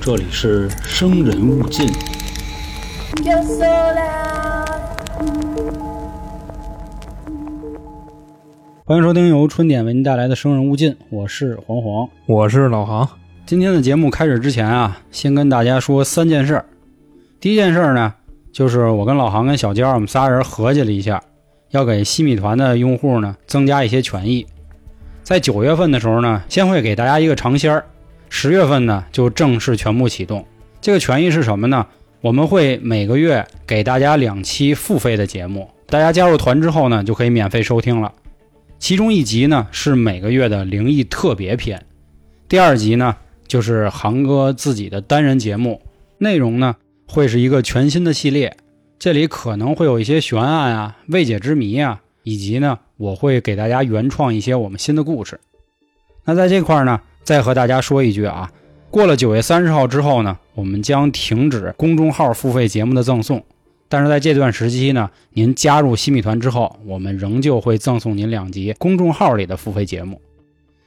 这里是《生人勿进》。 Yo sola, 欢迎收听由春点为您带来的《生人勿进》，我是黄黄。我是老航，今天的节目开始之前啊，先跟大家说三件事儿。第一件事儿呢，就是我跟老航跟小娇儿我们仨人合计了一下，要给西米团的用户呢增加一些权益。在九月份的时候呢，先会给大家一个尝鲜儿；十月份呢就正式全部启动。这个权益是什么呢？我们会每个月给大家两期付费的节目，大家加入团之后呢，就可以免费收听了。其中一集呢是每个月的灵异特别篇。第二集呢，就是航哥自己的单人节目，内容呢会是一个全新的系列，这里可能会有一些悬案啊、未解之谜啊，以及呢我会给大家原创一些我们新的故事。那在这块儿呢，再和大家说一句啊，过了九月三十号之后呢，我们将停止公众号付费节目的赠送。但是在这段时期呢，您加入新米团之后，我们仍旧会赠送您两集公众号里的付费节目。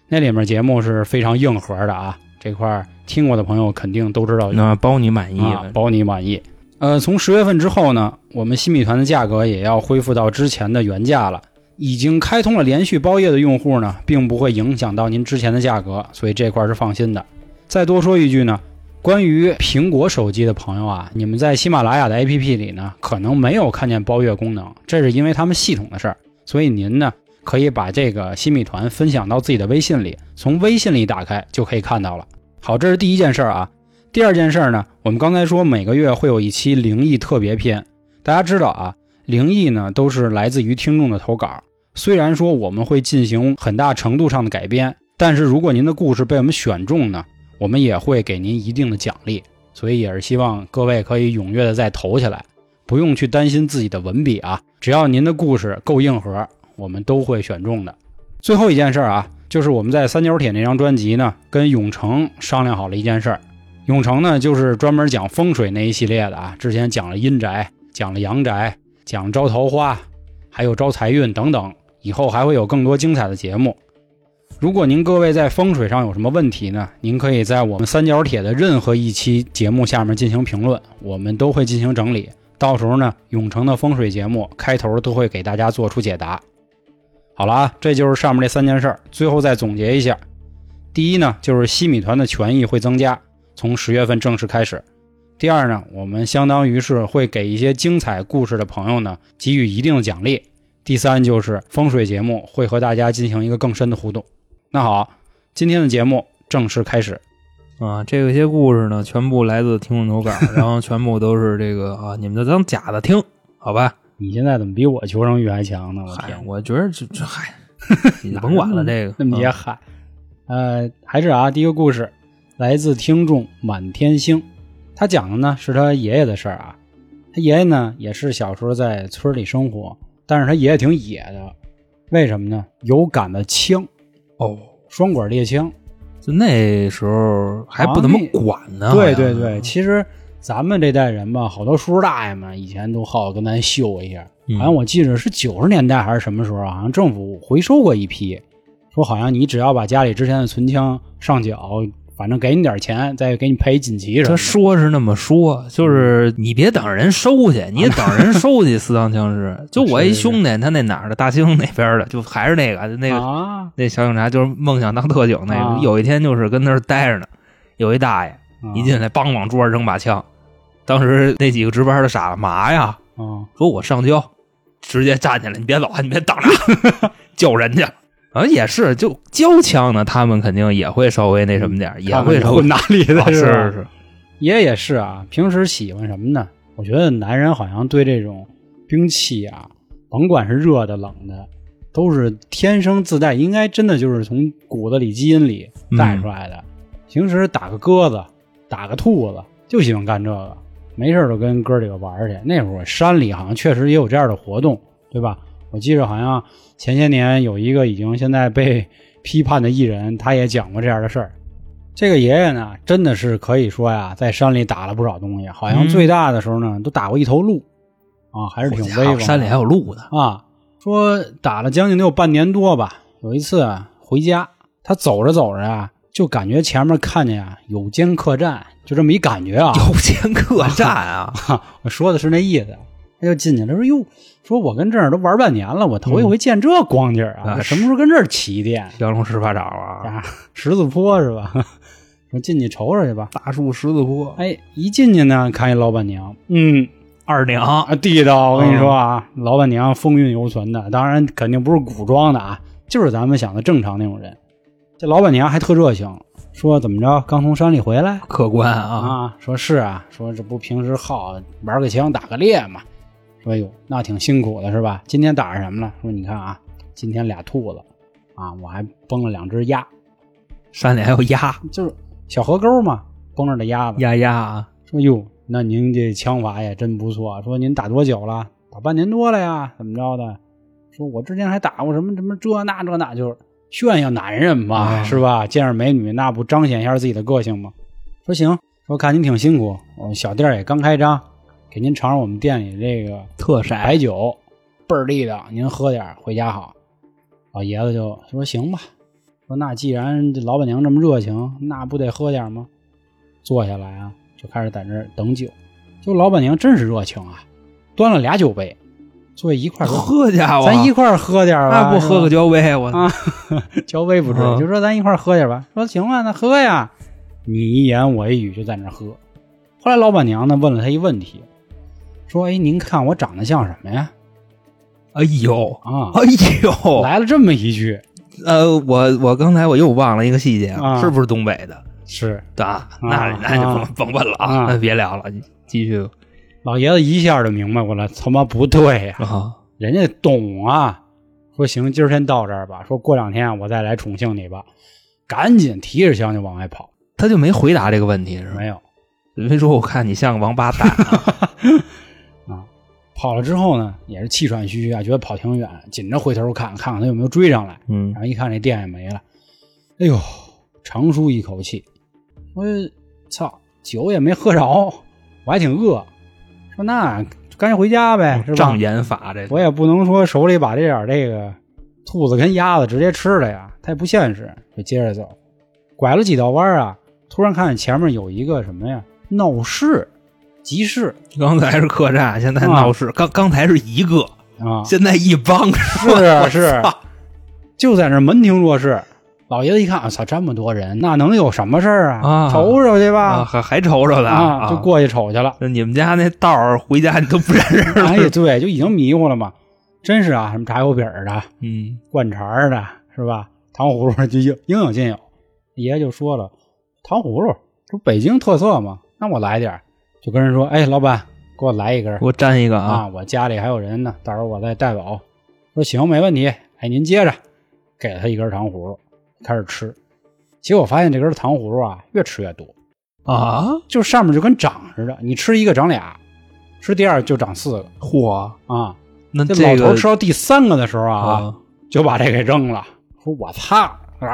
那里面节目是非常硬核的啊，这块儿听过的朋友肯定都知道那包你满意啊了，，包你满意。呃，从十月份之后呢，我们新米团的价格也要恢复到之前的原价了。已经开通了连续包夜的用户呢，并不会影响到您之前的价格，所以这块儿是放心的。再多说一句呢，关于苹果手机的朋友啊，你们在喜马拉雅的 APP 里呢，可能没有看见包月功能，这是因为他们系统的事儿。所以您呢，可以把这个新米团分享到自己的微信里，从微信里打开就可以看到了。好，这是第一件事儿啊。第二件事儿呢，我们刚才说每个月会有一期灵异特别篇，大家知道啊，灵异呢都是来自于听众的投稿。虽然说我们会进行很大程度上的改编，但是如果您的故事被我们选中呢，我们也会给您一定的奖励。所以也是希望各位可以踊跃的再投起来，不用去担心自己的文笔啊，只要您的故事够硬核，我们都会选中的。最后一件事儿啊，就是我们在三角铁那张专辑呢，跟永成商量好了一件事儿。永成呢，就是专门讲风水那一系列的啊，之前讲了阴宅，讲了阳宅，讲招桃花，还有招财运等等，以后还会有更多精彩的节目。如果您各位在风水上有什么问题呢，您可以在我们三角铁的任何一期节目下面进行评论，我们都会进行整理。到时候呢，永成的风水节目开头都会给大家做出解答。好了啊，这就是上面这三件事儿。最后再总结一下，第一呢，就是西米团的权益会增加，从十月份正式开始。第二呢，我们相当于是会给一些精彩故事的朋友呢给予一定的奖励。第三就是风水节目会和大家进行一个更深的互动。那好，今天的节目正式开始。啊，这些故事呢，全部来自听众 投稿，然后全部都是这个啊，你们就当假的听，好吧？你现在怎么比我求生欲还强呢？我嗨天，，我觉得这 这嗨，你就甭管了，这个嗯那么也啊嗨。呃，还是啊，第一个故事来自听众满天星，他讲的呢是他爷爷的事儿啊。他爷爷呢也是小时候在村里生活，但是他爷爷挺野的，为什么呢？有杆的枪，哦，双管猎枪。就那时候还不怎么管呢，对好像嗯对对，，其实咱们这代人吧，好多叔叔大爷们以前都好跟咱秀一下。嗯好像我记着是九十年代还是什么时候，啊好像政府回收过一批，说好像你只要把家里之前的存枪上缴，反正给你点钱，再给你配一锦旗什么他的。说是那么说，就是嗯你别等着人收 去，你也等着人收去私藏枪支。就我一是是兄弟，他那哪儿的大兴那边的，就还是那个就那个啊那小警察就是梦想当特警那个，啊有一天就是跟那儿待着呢，有一大爷一进来，梆往桌上扔把枪，当时那几个值班的傻了，嘛呀？啊说我上交，直接站起来，你别走啊，你别等着， 叫人家。啊，也是，就交枪呢，他们肯定也会稍微那什么点儿，也会看看你稍微混哪里的啊是吧是是，爷爷也是啊，平时喜欢什么呢？我觉得男人好像对这种兵器啊，甭管是热的冷的，都是天生自带，应该真的就是从骨子里、基因里带出来的。平时打个鸽子、打个兔子，就喜欢干这个，没事儿就跟哥几个玩儿去。那会儿山里好像确实也有这样的活动，对吧？我记着好像前些年有一个已经现在被批判的艺人，他也讲过这样的事儿。这个爷爷呢，真的是可以说呀，在山里打了不少东西，好像嗯最大的时候呢，都打过一头鹿，啊，还是挺威好风的。山里还有路呢，啊，说打了将近得有半年多吧。有一次啊回家，他走着走着啊，就感觉前面看见啊有间客栈，就这么一感觉啊。有钱客栈啊，我说的是那意思。他就进去了，说：“哟，说我跟这儿都玩半年了，我头一回见这光景啊！啊我什么时候跟这儿起点降龙十八掌啊，啊？十字坡是吧？ 说进去瞅瞅去吧。大树十字坡，哎，一进去呢，看一老板娘，嗯二娘，啊，地道。我跟你说啊，老板娘风韵犹存的，当然肯定不是古装的啊，就是咱们想的正常那种人。这老板娘还特热情，说怎么着，刚从山里回来，客官啊，啊，说是啊，说这不平时好玩个枪打个猎嘛，说哎呦那挺辛苦的是吧？今天打上什么了？说你看啊，今天俩兔子，啊，我还崩了两只鸭，山里还有鸭，就是小河沟嘛，崩着的鸭子。鸭鸭啊，说哟，那您这枪法也真不错。说您打多久了？打半年多了呀，怎么着的？说我之前还打过什么什么这那这那，就是炫耀男人嘛，啊是吧？见着美女那不彰显一下自己的个性吗？说行，说看您挺辛苦，我们小店儿也刚开张，给您尝尝我们店里这个特色白酒，倍儿地道，您喝点儿回家好。老啊爷子就说行吧，说那既然这老板娘这么热情，那不得喝点儿吗？坐下来啊，就开始在那儿等酒。就老板娘真是热情啊，端了俩酒杯，坐一块儿喝，喝家伙，咱一块儿喝点儿吧，那不喝个酒交杯，我啊，交杯不至于，嗯就说咱一块儿喝点儿吧。说行啊，那喝呀，你一言我一语就在那儿喝。后来老板娘呢问了他一问题，说：“哎，您看我长得像什么呀？”哎呦，啊，哎呦，来了这么一句，呃，我我刚才我又忘了一个细节啊，是不是东北的是啊？那啊那就甭甭问了啊啊，那别聊了，你继续老爷子一下就明白过来，他妈不对呀、啊，人家懂啊。说行，今儿先到这儿吧，说过两天啊我再来重庆你吧，赶紧提着箱就往外跑。他就没回答这个问题是吧？没有没说我看你像个王八蛋 啊，跑了之后呢，也是气喘吁吁啊，觉得跑挺远，紧着回头看看看他有没有追上来。嗯然后一看这店也没了，哎呦，长舒一口气，我说操，酒也没喝着，我还挺饿，说那干脆回家呗，哎是吧？障眼法这我也不能说手里把这点儿这个兔子跟鸭子直接吃了呀，它也不现实。就接着走，拐了几道弯儿啊，突然看见前面有一个什么呀，闹市集市刚才是客栈，现在闹市，刚刚才是一个， 啊，现在一帮，是啊是，就在那儿门庭若市。老爷子一看，啊操，这么多人，那能有什么事儿啊？啊瞅瞅去啊，吧，还还瞅瞅的啊，就。过去瞅去了。 那你们家那道儿回家你都不认识了，哎，对，就已经迷糊了嘛。真是啊，什么炸油饼儿的，嗯，灌肠儿的，是吧？糖葫芦就应应有尽有。爷爷就说了，糖葫芦这不北京特色嘛，那我来点儿就跟人说，哎，老板，给我来一根儿给我沾一个啊，啊，我家里还有人呢，到时候我再带走。说行，没问题。哎，您接着，给了他一根糖葫芦，开始吃。结果发现这根糖葫芦啊，越吃越多，啊，就上面就跟长似的，你吃一个长俩，吃第二就长四个嚯，啊。那这这老头个吃到第三个的时候啊啊，就把这给扔了，说我操啊！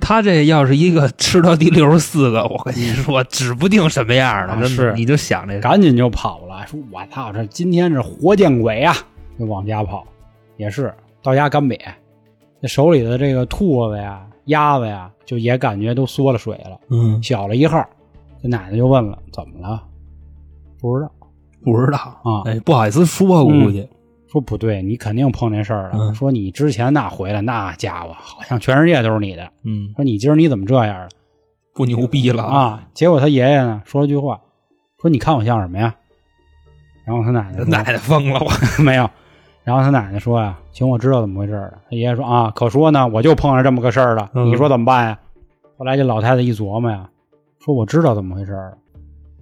他这要是一个吃到第六十四个，我跟你说，指不定什么样啊呢。真是的，你就想这赶紧就跑了，说我操，这今天是活见鬼啊！就往家跑，也是到家干瘪，这手里的这个兔子呀、鸭子呀，就也感觉都缩了水了，嗯，小了一号。这奶奶就问了，怎么了？不知道，不知道啊哎，不好意思说，嗯估计说不对，你肯定碰这事儿了。嗯说你之前那回来，那家伙好像全世界都是你的。嗯，说你今儿你怎么这样了？不牛逼了，啊！结果他爷爷呢说了句话，说你看我像什么呀？然后他奶奶说 奶奶疯了，我 没有。然后他奶奶说呀、行，我知道怎么回事了。他爷爷说啊，可说呢，我就碰上这么个事儿了，嗯你说怎么办呀？后来这老太太一琢磨呀，说我知道怎么回事儿了，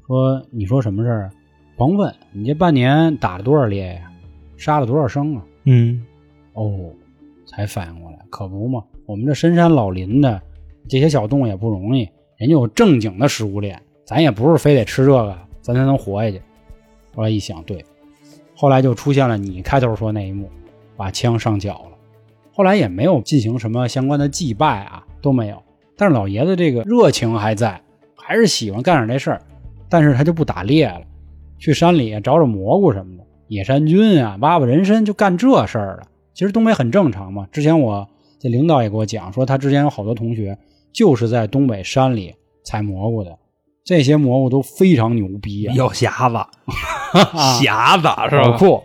说你说什么事儿啊？甭问，你这半年打了多少猎呀？杀了多少生啊？嗯，哦，才反应过来，可不嘛，我们这深山老林的这些小动物也不容易，人家有正经的食物链，咱也不是非得吃这个，咱才能活下去。后来一想，对，后来就出现了你开头说那一幕，把枪上缴了。后来也没有进行什么相关的祭拜啊，都没有。但是老爷子这个热情还在，还是喜欢干点这事儿，但是他就不打猎了，去山里找找蘑菇什么的，野山菌啊，挖挖人参，就干这事儿了。其实东北很正常嘛。之前我这领导也给我讲说，他之前有好多同学就是在东北山里采蘑菇的，这些蘑菇都非常牛逼啊！有匣子，啊匣子是好吧？酷。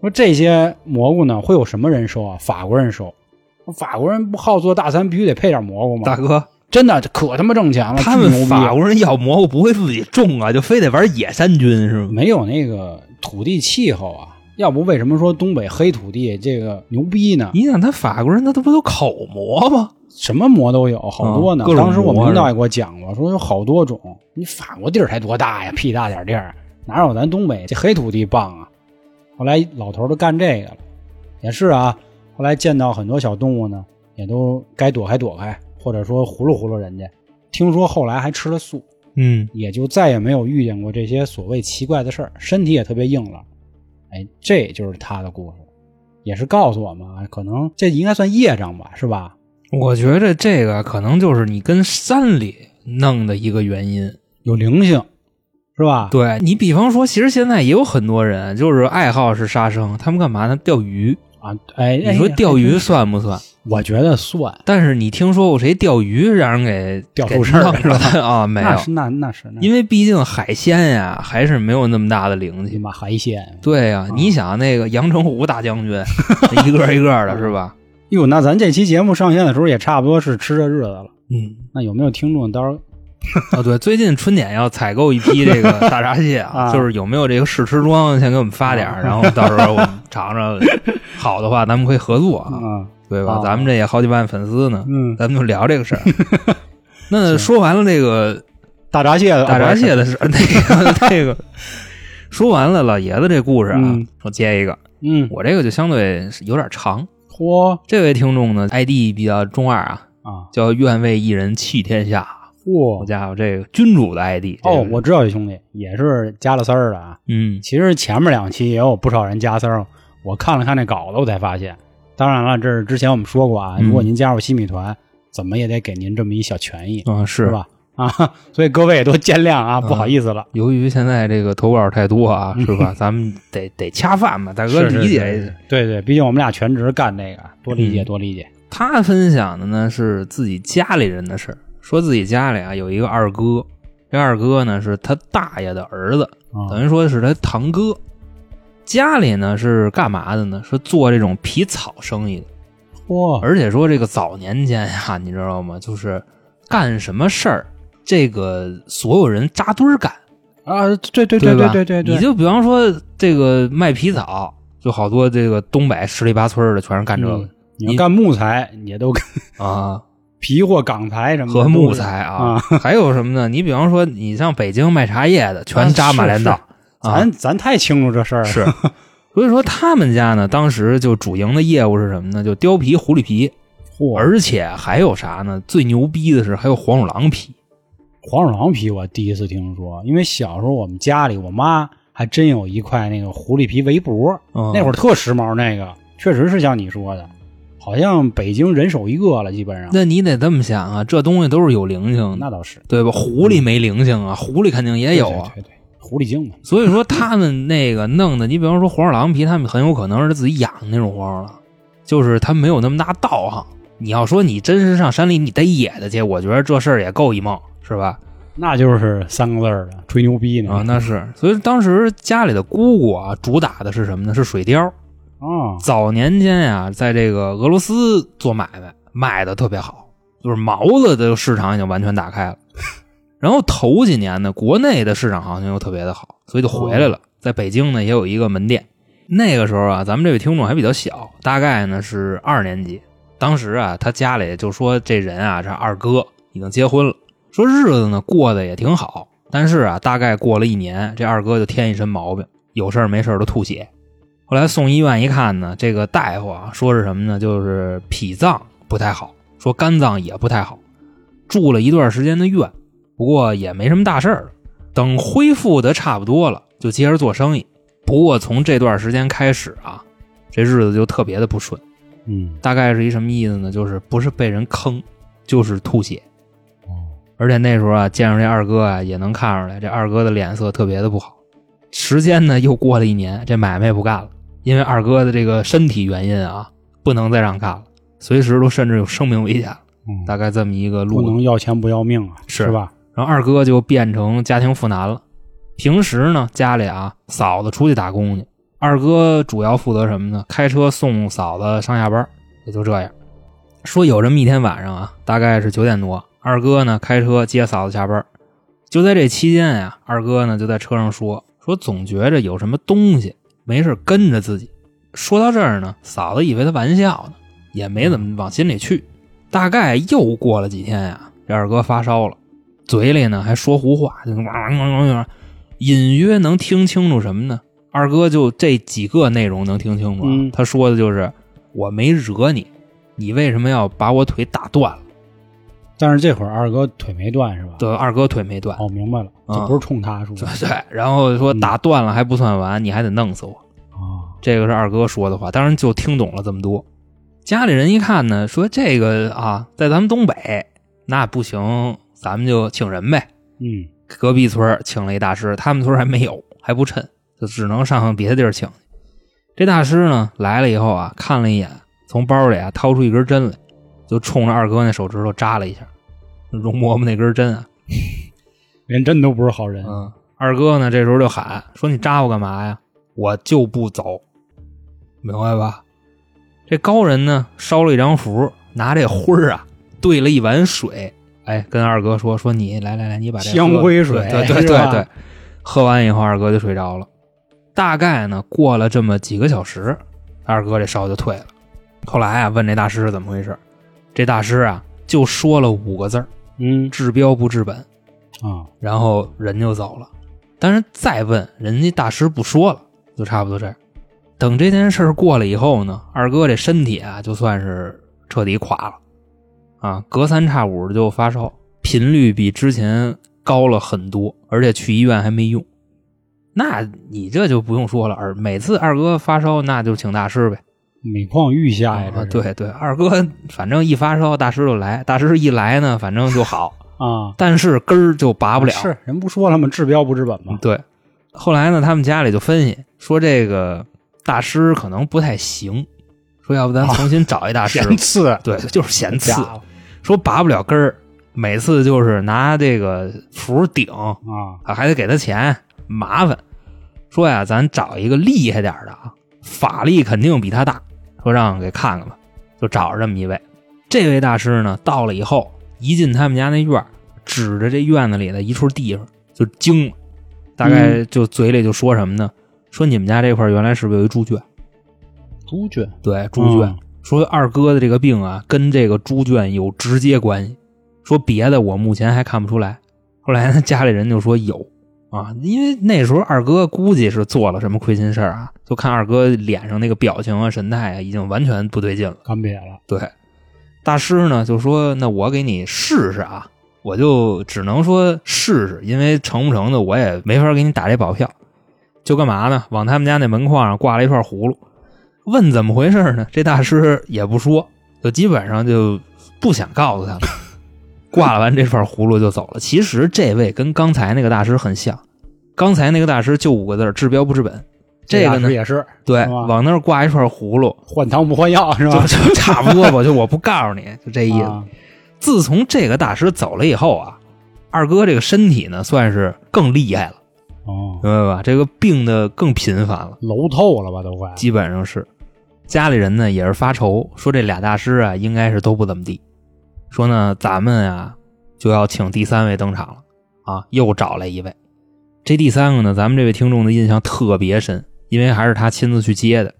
说这些蘑菇呢，会有什么人收啊？法国人收。法国人不好做大餐，必须得配点蘑菇大吗？哥，真的可他妈挣钱了，他啊巨牛们逼啊法国人要蘑菇不会自己种啊，就非得玩野山菌是吗？没有那个土地气候啊，要不为什么说东北黑土地这个牛逼呢？你想，他法国人他他不都口蘑吗？什么蘑都有，好多呢。嗯各种当时我蘑们是领吧导也给我讲过，说有好多种。你法国地儿才多大呀，屁大点地儿，哪有咱东北这黑土地棒啊？后来老头儿都干这个了，也是啊。后来见到很多小动物呢，也都该躲开躲开，或者说糊弄糊弄人家。听说后来还吃了素，嗯，也就再也没有遇见过这些所谓奇怪的事儿，身体也特别硬朗。哎，这就是他的故事，也是告诉我们啊，可能这应该算业障吧，是吧？我觉着这个可能就是你跟山里弄的一个原因。有灵性，是吧？对你，比方说，其实现在也有很多人就是爱好是杀生，他们干嘛呢？钓鱼。啊，哎，你说哎钓鱼，算不算？我觉得算，但是你听说过谁钓鱼让人给钓出事儿了给弄了 啊？没那有，是那那是，那因为毕竟海鲜呀，还是没有那么大的灵你气。妈海鲜。对呀、你想那个阳澄湖大将军，一个一个的是 吧？哟，那咱这期节目上线的时候也差不多是吃这日子了。嗯，那有没有听众到时候哦对，最近春节要采购一批这个大闸蟹啊啊，就是有没有这个试吃装，先给我们发点儿，然后到时候我们尝尝，好的话咱们可以合作啊，啊？对吧啊？咱们这也好几万粉丝呢，嗯，咱们就聊这个事 儿。那说完了这个大闸蟹的，啊大闸蟹的事，那个 那个，说完了老爷子这故事啊嗯，我接一个，嗯，我这个就相对是有点长。嚯这位听众呢，ID 比较中二啊，啊，叫“愿为一人弃天下”。好嚯！家伙，这个君主的 ID 哦这，个我知道这兄弟也是加了丝儿的啊。嗯，其实前面两期也有不少人加丝儿，我看了看那稿子，我才发现。当然了，这是之前我们说过啊，嗯如果您加入西米团，怎么也得给您这么一小权益，啊是是？吧？啊， 所以各位也多见谅啊，不好意思了。由于现在这个投稿太多啊，是吧？咱们得得恰饭嘛，大嗯哥是是理是解是。对对，毕竟我们俩全职干这个，多理解多理解。他分享的呢是自己家里人的事儿，说自己家里啊有一个二哥，这二哥呢是他大爷的儿子，啊等于说是他堂哥。家里呢是干嘛的呢？是做这种皮草生意的，嚯、而且说这个早年间呀、你知道吗？就是干什么事儿，这个所有人扎堆儿干，啊，对对对对吧对对对，你就比方说这个卖皮草，就好多这个东北十里八村儿的全是干这个嗯你要干木材，你也都干啊，皮或钢材什么的和木材啊，还有什么呢？你比方说，你像北京卖茶叶的，全扎马连道都是，啊，咱咱太清楚这事儿了。是。 所以说他们家呢，当时就主营的业务是什么呢？就貂皮、狐狸皮，嚯，而且还有啥呢？最牛逼的是还有黄鼠狼皮。黄鼠狼皮我第一次听说，因为小时候我们家里我妈还真有一块那个狐狸皮围脖，那会儿，儿特时髦，那个确实是像你说的，好像北京人手一个了，基本上。那你得这么想啊，这东西都是有灵性啊那的，倒是对吧？狐狸没灵性啊，狐狸肯定也有啊。对对对，狐狸精嘛。所以说他们那个弄的，你比方说黄鼠狼皮，他们很有可能是自己养的那种黄鼠狼，就是他没有那么大道行。你要说你真是上山里你逮野的去，我觉得这事儿也够一梦，是吧？那就是三个字儿的吹牛逼呢啊，那是。所以当时家里的姑姑啊，主打的是什么呢？是水貂。啊早年间呀、在这个俄罗斯做买卖，卖的特别好，就是毛子的市场已经完全打开了。 然后头几年呢，国内的市场行情又特别的好，所以就回来了。在北京呢，也有一个门店。那个时候啊，咱们这位听众还比较小，大概呢是二年级。当时啊，他家里就说这人啊，这二哥已经结婚了，说日子呢过得也挺好，但是啊，大概过了一年，这二哥就添一身毛病，有事儿没事儿都吐血。后来送医院一看呢，这个大夫啊说是什么呢？就是脾脏不太好，说肝脏也不太好，住了一段时间的院，不过也没什么大事儿了。等恢复的差不多了，就接着做生意。不过从这段时间开始啊，这日子就特别的不顺。嗯大概是一什么意思呢？就是不是被人坑，就是吐血。哦而且那时候啊，见着这二哥啊，也能看出来，这二哥的脸色特别的不好。时间呢，又过了一年，这买卖也不干了，因为二哥的这个身体原因啊，不能再让干了，随时都甚至有生命危险了。嗯，大概这么一个不路子，能要钱不要命啊，是吧？然后二哥就变成家庭妇男了。平时呢，家里啊，嫂子出去打工去，二哥主要负责什么呢？开车送嫂子上下班，也就这样。说有这么一天晚上啊，大概是九点多，二哥呢开车接嫂子下班。就在这期间呀、二哥呢就在车上说说，总觉着有什么东西没事跟着自己。说到这儿呢，嫂子以为他玩笑呢，也没怎么往心里去。大概又过了几天呀、这二哥发烧了，嘴里呢还说胡话，就哇哇哇哇哇，隐约能听清楚什么呢？二哥就这几个内容能听清楚啊、嗯他说的就是我没惹你，你为什么要把我腿打断了？但是这会儿二哥腿没断是吧？对，二哥腿没断，哦，明白了，啊这不是冲他说的对 对，然后说打断了还不算完，你还得弄死我。啊，这个是二哥说的话，当然就听懂了这么多。家里人一看呢，说这个啊，在咱们东北那不行，咱们就请人呗。嗯，隔壁村儿请了一大师，他们村儿还没有，还不趁，就只能上别的地儿请去。这大师呢来了以后啊，看了一眼，从包里啊掏出一根针来，就冲着二哥那手指头扎了一下，容嬷嬷那根针啊，连真都不是好人，嗯，二哥呢这时候就喊说：“你扎我干嘛呀？我就不走，明白吧？”这高人呢烧了一张符，拿这灰儿啊兑了一碗水，哎，跟二哥说：“说你来来来，你把这香喝灰水对对对是对吧对，喝完以后二哥就睡着了。大概呢过了这么几个小时，二哥这烧就退了。后来啊问这大师怎么回事，这大师啊就说了五个字儿：嗯治标不治本。啊，然后人就走了。但是再问人家大师不说了，就差不多这样。等这件事儿过了以后呢，二哥这身体啊就算是彻底垮了，啊，隔三差五就发烧，频率比之前高了很多，而且去医院还没用。那你这就不用说了，二每次二哥发烧，那就请大师呗。每况愈下呀，啊这哎是对对，二哥反正一发烧，大师就来，大师一来呢，反正 就好，啊，但是根儿就拔不了。是人不说了吗？治标不治本嘛，对，后来呢，他们家里就分析说，这个大师可能不太行，说要不咱重新找一大师吧。哦嫌次，对，就是嫌假次，了说拔不了根儿，每次就是拿这个符顶，啊啊，还得给他钱，麻烦。说呀，咱找一个厉害点儿的啊，法力肯定比他大，说让给看看吧，就找着这么一位。这位大师呢，到了以后，一进他们家那院儿，指着这院子里的一处地方就惊了，大概就嘴里就说什么呢？说你们家这块儿原来是不是有一猪圈？猪圈，对，猪圈。嗯说二哥的这个病啊，跟这个猪圈有直接关系。说别的我目前还看不出来。后来呢，家里人就说有啊，因为那时候二哥估计是做了什么亏心事儿啊，就看二哥脸上那个表情啊、神态啊，已经完全不对劲了。干瘪了，对，大师呢就说：“那我给你试试啊，我就只能说试试，因为成不成的我也没法给你打这保票。”就干嘛呢？往他们家那门框上挂了一串葫芦，问怎么回事呢？这大师也不说，就基本上就不想告诉他们。挂了完这串葫芦就走了。其实这位跟刚才那个大师很像，刚才那个大师就五个字儿：治标不治本。这大个师呢，也是对，是吧往那儿挂一串葫芦，换汤不换药是吧？ 就就差不多吧，就我不告诉你，就这意思。啊自从这个大师走了以后啊，二哥这个身体呢算是更厉害了，哦，明白吧？这个病的更频繁了，楼透了吧都快，基本上是。家里人呢也是发愁，说这俩大师啊应该是都不怎么地，说呢咱们啊就要请第三位登场了啊，又找来一位。这第三个呢，咱们这位听众的印象特别深，因为还是他亲自去接的。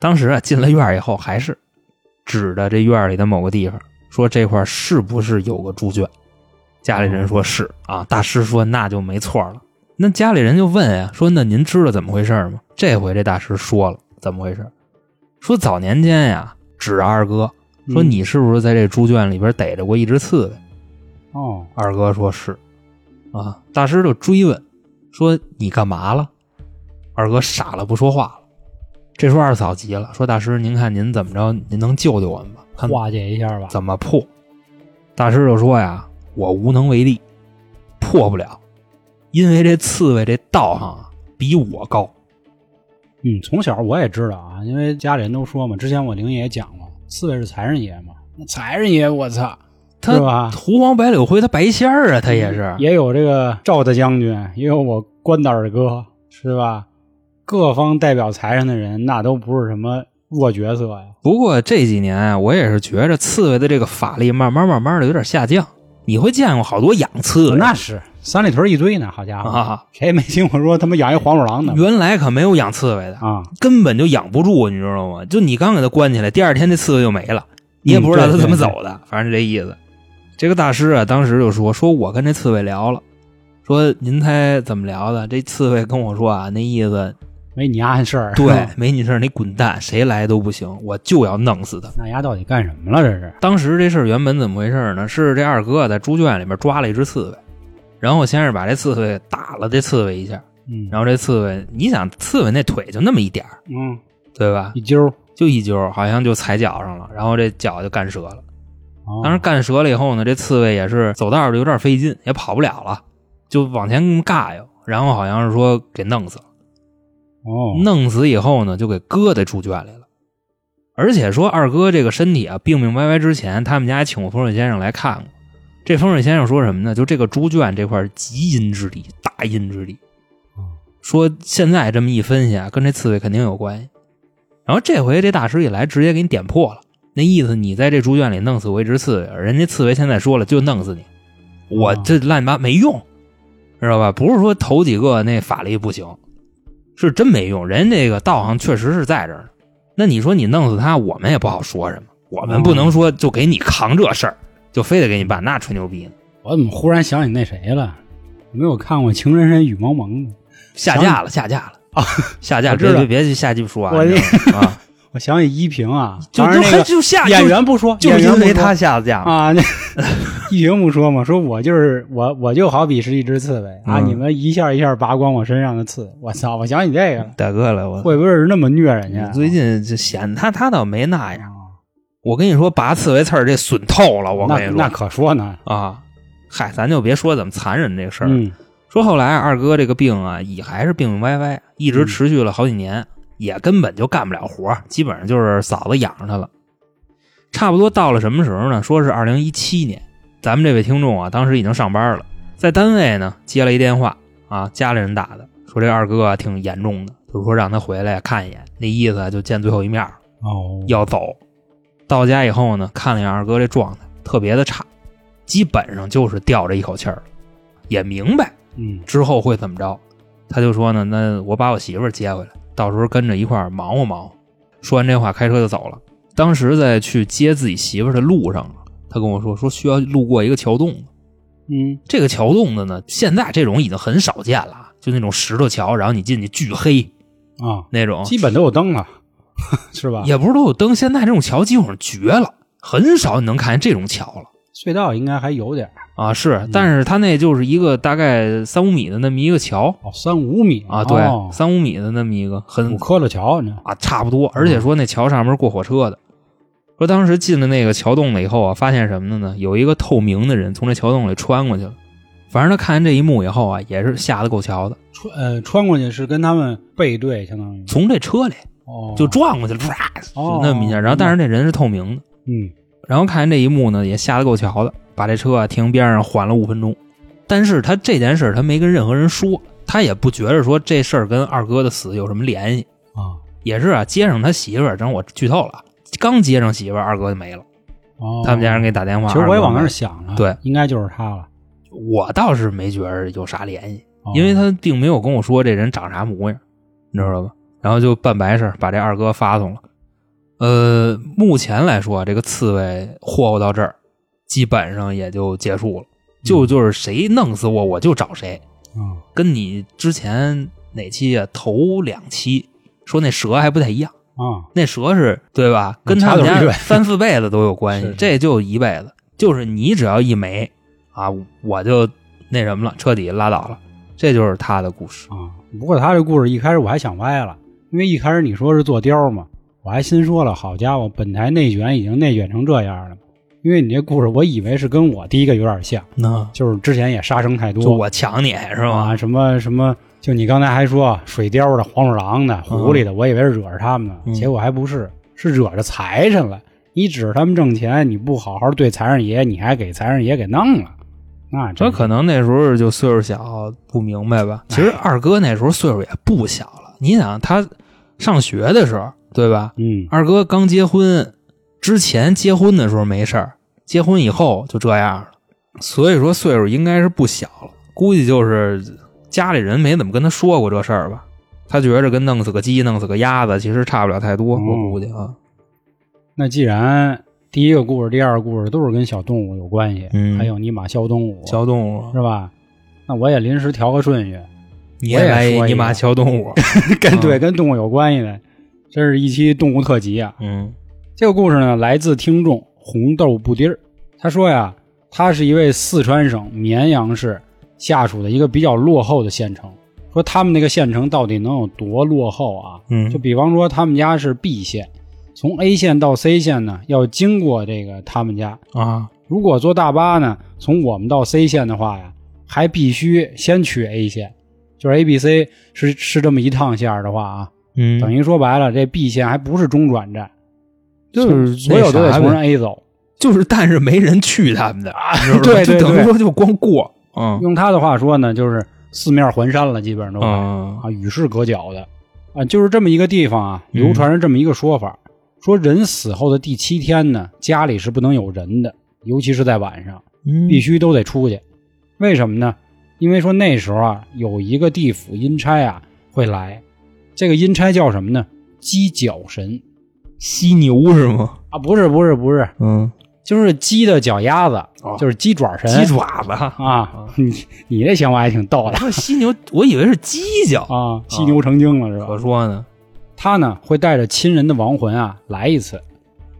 当时啊，进了院儿以后，还是指着这院儿里的某个地方说：“这块儿是不是有个猪圈？”家里人说是啊，大师说那就没错了。那家里人就问呀、说：“那您知道怎么回事吗？”这回这大师说了怎么回事，说早年间呀，指着二哥说：“嗯你是不是在这猪圈里边逮着过一只刺猬？”哦，二哥说是，啊，大师就追问说你干嘛了？二哥傻了，不说话了。这时候二嫂急了，说大师，您看您怎么着，您能救救我们吧？看化解一下吧，怎么破？大师就说呀，我无能为力，破不了，因为这刺猬这道行啊比我高。嗯，从小我也知道啊，因为家里人都说嘛，之前我灵爷也讲过，刺猬是财神爷嘛，那财神爷我操，是它吧？嗯胡黄白柳灰，它白线儿啊，它也是。也有这个赵大将军，也有我关大二哥，是吧？各方代表财神的人，那都不是什么弱角色呀。不过这几年啊，我也是觉着刺猬的这个法力慢慢慢慢的有点下降。你会见过好多养刺猬，那是三里屯一堆呢，好家伙，啊谁也没听我说他妈养一黄鼠狼呢？原来可没有养刺猬的，啊，根本就养不住，你知道吗？就你刚给它关起来，第二天这刺猬就没了，你也嗯不知道它对怎么对走的，反正是这意思。这个大师啊，当时就说：“说我跟这刺猬聊了，说您猜怎么聊的？这刺猬跟我说啊，那意 思没你丫的事儿。对，没你事儿，你滚蛋，谁来都不行，我就要弄死他。”那丫到底干什么了？这是当时这事儿原本怎么回事呢？是这二哥在猪圈里面抓了一只刺猬，然后先是把这刺猬打了这刺猬一下，嗯然后这刺猬，你想刺猬那腿就那么一点儿，嗯，对吧？一揪。就一揪，好像就踩脚上了，然后这脚就干折了。哦当时干折了以后呢，这刺猬也是走道儿就有点费劲，也跑不了了，就往前尬悠，然后好像是说给弄死了。哦，弄死以后呢，就给搁在猪圈里了。而且说二哥这个身体啊病病歪歪之前，他们家还请过风水先生来看过。这风水先生说什么呢？就这个猪圈这块儿极阴之地，大阴之地嗯。说现在这么一分析啊，跟这刺猬肯定有关系。然后这回这大师一来，直接给你点破了。那意思你在这猪圈里弄死我一只刺猬，人家刺猬现在说了就弄死你，我哦这乱八没用，知道吧？不是说头几个那法力不行，是真没用。人这个道行确实是在这儿呢。那你说你弄死他，我们也不好说什么，我们哦不能说就给你扛这事儿，就非得给你办，那吹牛逼呢，我怎么忽然想起那谁了？有没有看过《情深深雨蒙蒙》呢？下架了，下架了啊！下架，我别知道别别去下鸡说啊！我你知道吗啊，我想起依萍啊，就当就时还那就下个就演员不说，就是演员因不为说他下架嘛啊，那 依萍不说嘛，说我就是我，我就好比是一只刺猬啊，嗯你们一下一下拔光我身上的刺，我操！我想起这个了，大哥了，我会不啊会是那么虐人家？嗯你最近哎就闲他，他倒没那样。啊我跟你说，拔刺猬刺儿这损透了，我那跟你那说可说呢，啊，嗨，咱就别说怎么残忍这事儿了，嗯说后来二哥这个病啊，也还是病病歪歪，一嗯直持续了好几年，也根本就干不了活儿，基本上就是嫂子养着他了。差不多到了什么时候呢？说是二零一七年，咱们这位听众啊，当时已经上班了，在单位呢接了一电话啊，家里人打的，说这二哥啊挺严重的，就是说让他回来看一眼，那意思啊就见最后一面儿了哦，要走。到家以后呢，看了一眼二哥这状态，特别的差，基本上就是吊着一口气儿了，也明白。嗯之后会怎么着？他就说呢，那我把我媳妇儿接回来，到时候跟着一块儿忙活忙活。说完这话，开车就走了。当时在去接自己媳妇儿的路上，他跟我说，说需要路过一个桥洞子。嗯这个桥洞子呢，现在这种已经很少见了啊，就那种石头桥，然后你进去巨黑啊，那种，基本都有灯了， 是吧？也不是都有灯。现在这种桥基本上绝了，很少你能看见这种桥了。隧道应该还有点儿，啊，嗯是，但是它那就是一个大概三五米的那么一个桥哦，三五米啊，对，哦三五米的那么一个，很我嗯磕了桥呢，啊，差不多。而且说那桥上面是过火车的，说当时进了那个桥洞了以后啊，发现什么呢？有一个透明的人从这桥洞里穿过去了。反正他看见这一幕以后啊，也是吓得够瞧的，穿呃穿过去是跟他们背对，相当于从这车里哦，就撞过去了，唰、哦就那么一下。然后但是那人是透明的，嗯然后看见这一幕呢，也吓得够瞧的，把这车啊停边上缓了五分钟。但是他这件事儿他没跟任何人说，他也不觉着说这事儿跟二哥的死有什么联系。啊也是啊，接上他媳妇儿，正好我剧透了啊，刚接上媳妇儿，二哥就没了。哦，他们家人给打电话。其实我也往那二儿哥想了，对，应该就是他了，没我倒是没觉着有啥联系，哦因为他并没有跟我说这人长啥模样，你知道吧？然后就办白事儿把这二哥发送了。呃，目前来说，啊这个刺猬霍霍到这儿，基本上也就结束了。就就是谁弄死我，我就找谁。啊跟你之前哪期啊，头两期说那蛇还不太一样。啊那蛇是对嗯吧？跟他们差点儿家晕三四辈子都有关是系是，这就一辈子。就是你只要一没啊，我就那什么了，彻底拉倒了。这就是他的故事。啊！不过他这故事一开始我还想歪了，因为一开始你说是做雕嘛，我还心说了，好家伙，本台内卷已经内卷成这样了。因为你这故事，我以为是跟我第一个有点像，那就是之前也杀生太多，就我抢你是吧？啊，什么什么，就你刚才还说啊水貂的、黄鼠狼的、狐狸的，我以为是惹着他们呢，嗯结果还不是，是惹着财神了。你指着他们挣钱，你不好好对财神爷，你还给财神爷给弄了，那这真可能那时候就岁数小，不明白吧？其实哎二哥那时候岁数也不小了，你想他上学的时候，对吧？嗯，二哥刚结婚之前，结婚的时候没事儿，结婚以后就这样了。所以说岁数应该是不小了，估计就是家里人没怎么跟他说过这事儿吧。他觉着跟弄死个鸡、弄死个鸭子其实差不了太多，嗯我估计啊。那既然第一个故事、第二个故事都是跟小动物有关系，嗯还有尼玛小动物小动物，是吧？那我也临时调个顺 序，你我也来一说一尼个玛小 动物，跟嗯对跟动物有关系的，这是一期动物特辑啊。嗯这个故事呢，来自听众红豆布丁儿，他说呀，他是一位四川省绵阳市下属的一个比较落后的县城。说他们那个县城到底能有多落后啊？嗯就比方说他们家是 B 县，从 A 县到 C 县呢，要经过这个他们家。啊，如果坐大巴呢，从我们到 C 县的话呀，还必须先去 A 县，就是 A、B、C 是是这么一趟线儿的话啊，嗯，等于说白了，这 B 线还不是中转站，就是所有都得那啥从呗人 A 走。就是，但是没人去他们 的，你知道吧对对就等于对说就光过，嗯用他的话说呢，就是四面环山了，基本上都快、嗯啊，与世隔绝的啊，就是这么一个地方啊，嗯流传着这么一个说法，说人死后的第七天呢，家里是不能有人的，尤其是在晚上，嗯必须都得出去。为什么呢？因为说那时候啊，有一个地府阴差啊会来，这个阴差叫什么呢？鸡脚神犀牛是吗？啊，不是不是不是，嗯，就是鸡的脚丫子，就是鸡爪神鸡爪子。 啊。你你这想法还挺逗的。说犀牛，我以为是鸡脚，啊，犀牛成精了是吧？啊可说呢。他呢会带着亲人的亡魂啊来一次，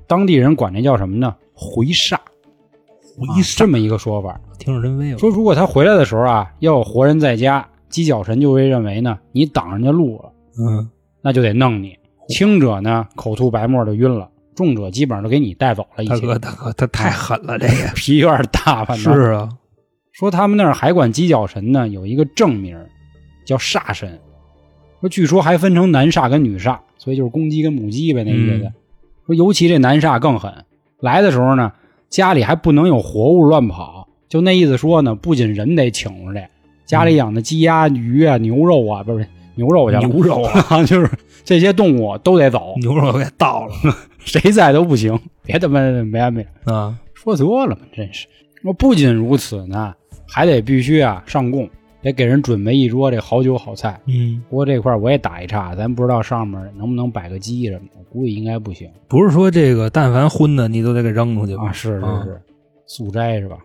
当地人管这叫什么呢？回煞，回啊这么一个说法。听着真威说如果他回来的时候啊，要有活人在家，鸡脚神就会认为呢你挡人家路了，嗯，那就得弄你。轻者呢口吐白沫就晕了，重者基本上都给你带走了。已大经哥大哥，他太狠了，这 个皮有点大，反正是啊，说他们那儿还管鸡脚神呢有一个正名儿，叫煞神。说据说还分成男煞跟女煞，所以就是公鸡跟母鸡呗，那意思。嗯说尤其这男煞更狠，来的时候呢，家里还不能有活物乱跑，就那意思说呢，不仅人得请出去，家里养的鸡鸭鱼啊、牛肉啊，不是牛肉去了，嗯牛肉嗯啊， 就是这些动物都得走，牛肉给倒了谁在都不行，别他妈没完没了。啊！说多了嘛，真是。我不仅如此呢，还得必须啊上供，得给人准备一桌这好酒好菜。嗯，不过这块儿我也打一岔，咱不知道上面能不能摆个鸡什么的，估计应该不行不是说这个，但凡荤的你都得给扔出去啊。是是啊是，素斋是吧？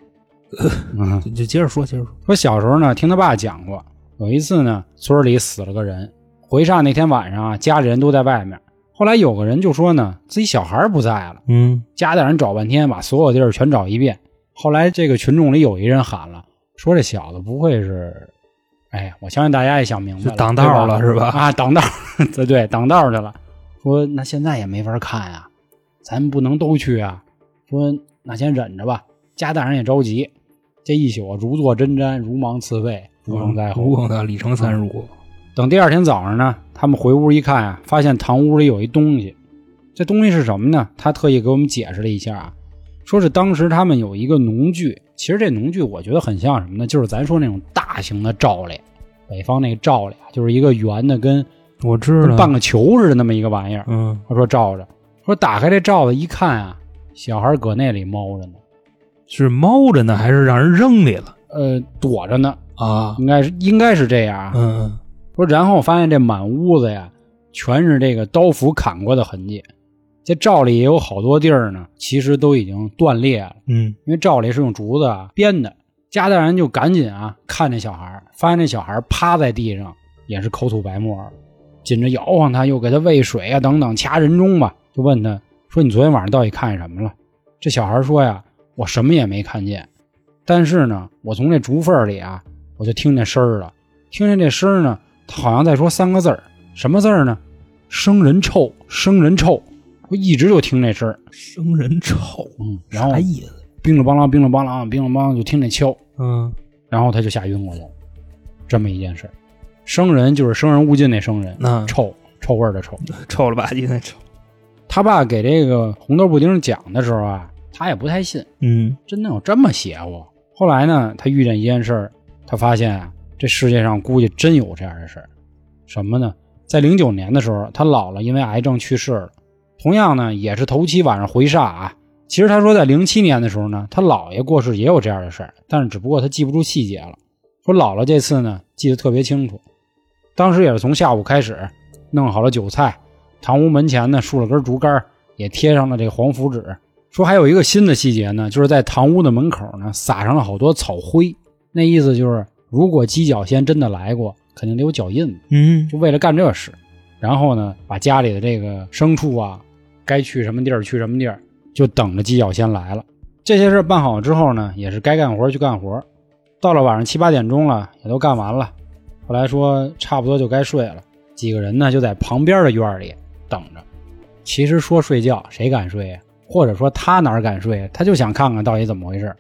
嗯，就就接着说，接着说，说小时候呢，听他爸讲过，有一次呢，村里死了个人，回煞那天晚上啊，家里人都在外面。后来有个人就说呢，自己小孩儿不在了。嗯家里人找半天，把所有地儿全找一遍。后来这个群众里有一人喊了，说这小子不会是……哎呀，我相信大家也想明白是挡道儿了对是吧啊，挡道儿， 对对，挡道儿去了。说那现在也没法看呀、咱不能都去啊。说那先忍着吧，家大人也着急。这一宿啊，如坐针毡，如芒刺背，如鲠在嗯如喉。鲠在里程三如，等第二天早上呢，他们回屋一看啊，发现堂屋里有一东西。这东西是什么呢？他特意给我们解释了一下啊，说是当时他们有一个农具。其实这农具我觉得很像什么呢？就是咱说那种大型的罩里，北方那个罩里啊，就是一个圆的跟我知跟道。半个球似的那么一个玩意儿。嗯，他说罩着，说打开这罩子一看啊，小孩搁那里猫着呢，是猫着呢，还是让人扔里了呃，躲着呢，啊？应该是应该是这样啊。嗯，说，然后发现这满屋子呀，全是这个刀斧砍过的痕迹。这罩里也有好多地儿呢，其实都已经断裂了，嗯，因为罩里是用竹子啊编的。家大人就赶紧啊看这小孩儿，发现这小孩儿趴在地上，也是口吐白沫儿，紧着摇晃他，又给他喂水啊等等，掐人中吧。就问他说：“你昨天晚上到底看见什么了？”这小孩儿说呀：“我什么也没看见，但是呢，我从这竹缝儿里啊，我就听见声儿了。听见这声儿呢，他好像在说三个字儿，什么字儿呢？生人臭，生人臭。我一直就听这声儿，生人臭，嗯，然后啥意思？冰了梆啷，冰了梆啷，冰了梆啷就听那敲，嗯，然后他就吓晕过去了。这么一件事儿，生人就是生人勿近那生人，那臭臭味儿的臭。臭了吧唧那臭。他爸给这个红豆布丁讲的时候啊，他也不太信，嗯真的有这么邪乎？后来呢，他遇见一件事儿，他发现啊，这世界上估计真有这样的事儿。什么呢？在零九年的时候，他姥姥因为癌症去世了。同样呢，也是头七晚上回煞啊。其实他说，在零七年的时候呢，他姥爷过世也有这样的事儿，但是只不过他记不住细节了。说姥姥这次呢，记得特别清楚。当时也是从下午开始，弄好了酒菜，堂屋门前呢竖了根竹竿儿，也贴上了这个黄符纸。说还有一个新的细节呢，就是在堂屋的门口呢撒上了好多草灰，那意思就是如果鸡脚仙真的来过，肯定得有脚印子。嗯就为了干这事。然后呢，把家里的这个牲畜啊，该去什么地儿去什么地儿，就等着鸡脚先来了。这些事儿办好之后呢，也是该干活去干活。到了晚上七八点钟了，也都干完了。后来说差不多就该睡了，几个人呢就在旁边的院儿里等着。其实说睡觉，谁敢睡呀、或者说他哪儿敢睡啊？他就想看看到底怎么回事儿。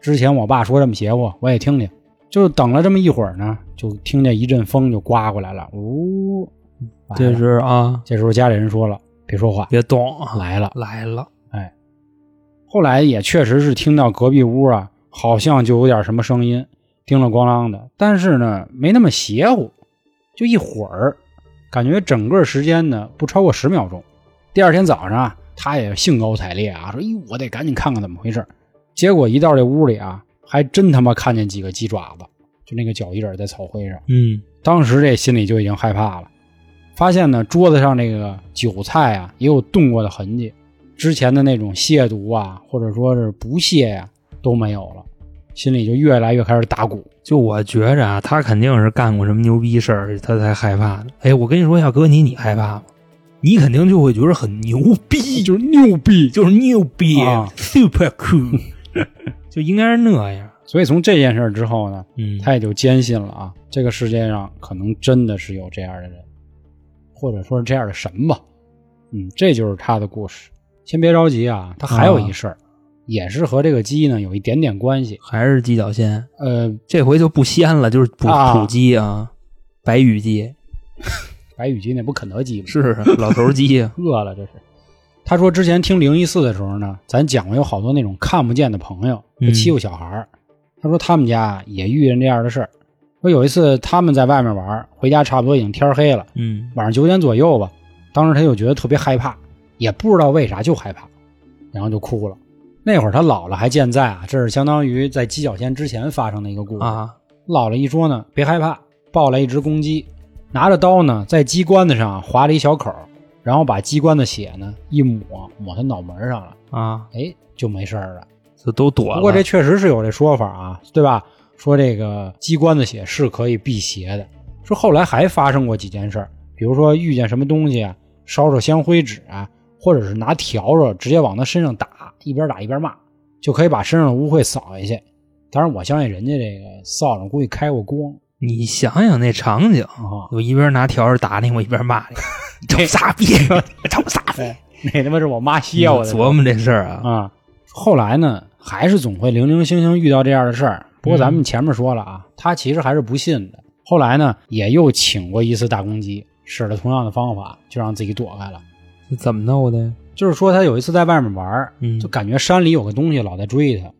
之前我爸说这么邪乎，我也听听。就是等了这么一会儿呢，就听见一阵风就刮过来了，呜、来这了是啊，这时候家里人说了，别说话，别动，来了。来了，后来也确实是听到隔壁屋啊，好像就有点什么声音，叮了咣啷的，但是呢，没那么邪乎，就一会儿，感觉整个时间呢不超过十秒钟。第二天早上啊，他也兴高采烈啊，说：“咦，我得赶紧看看怎么回事儿。”结果一到这屋里啊，还真他妈看见几个鸡爪子，就那个脚印儿在草灰上。嗯当时这心里就已经害怕了，发现呢桌子上这个酒菜啊也有动过的痕迹，之前的那种亵渎啊，或者说是不屑呀、都没有了，心里就越来越开始打鼓。就我觉着啊，他肯定是干过什么牛逼事儿，他才害怕的。哎，我跟你说，要搁你，你害怕吗？你肯定就会觉得很牛逼，就是牛逼，就是牛逼、啊 s u p e r cool，就应该是那样。所以从这件事儿之后呢，嗯，他也就坚信了啊，这个世界上可能真的是有这样的人，或者说是这样的神吧。嗯，这就是他的故事。先别着急啊，他还有一事儿，也是和这个鸡呢有一点点关系。还是鸡脚仙，呃，这回就不鲜了，就是土啊土鸡啊，白羽 鸡白羽鸡那不肯德基吗？，是老头鸡饿了这是。他说之前听零一四的时候呢，咱讲过有好多那种看不见的朋友嗯欺负小孩儿。他说他们家也遇见这样的事儿。说有一次他们在外面玩儿，回家差不多已经天儿黑了，嗯晚上九点左右吧。当时他就觉得特别害怕，也不知道为啥就害怕，然后就哭了。那会儿他姥姥还健在啊，这是相当于在鸡脚仙之前发生的一个故事。啊，姥姥一说呢，别害怕，抱来一只公鸡，拿着刀呢，在鸡冠子上划了一小口，然后把鸡冠的血呢一抹，抹他脑门上了，啊，哎，就没事儿了。就都躲了。不过这确实是有这说法啊，对吧？说这个鸡冠子血是可以辟邪的。说后来还发生过几件事儿，比如说遇见什么东西啊，烧烧香灰纸啊，或者是拿笤帚直接往他身上打，一边打一边骂，就可以把身上的污秽扫一下。当然，我相信人家这个扫帚估计开过光你想想那场景，啊，我一边拿笤帚打你，我一边骂你， 臭傻逼，臭傻 逼。 那他妈是我妈歇我的时候琢磨这事儿啊，啊。后来呢，还是总会零零星星遇到这样的事儿。不过嗯咱们前面说了啊，他其实还是不信的。后来呢，也又请过一次大公鸡，使了同样的方法，就让自己躲开了。嗯怎么弄的？就是说，他有一次在外面玩儿，嗯就感觉山里有个东西老在追他，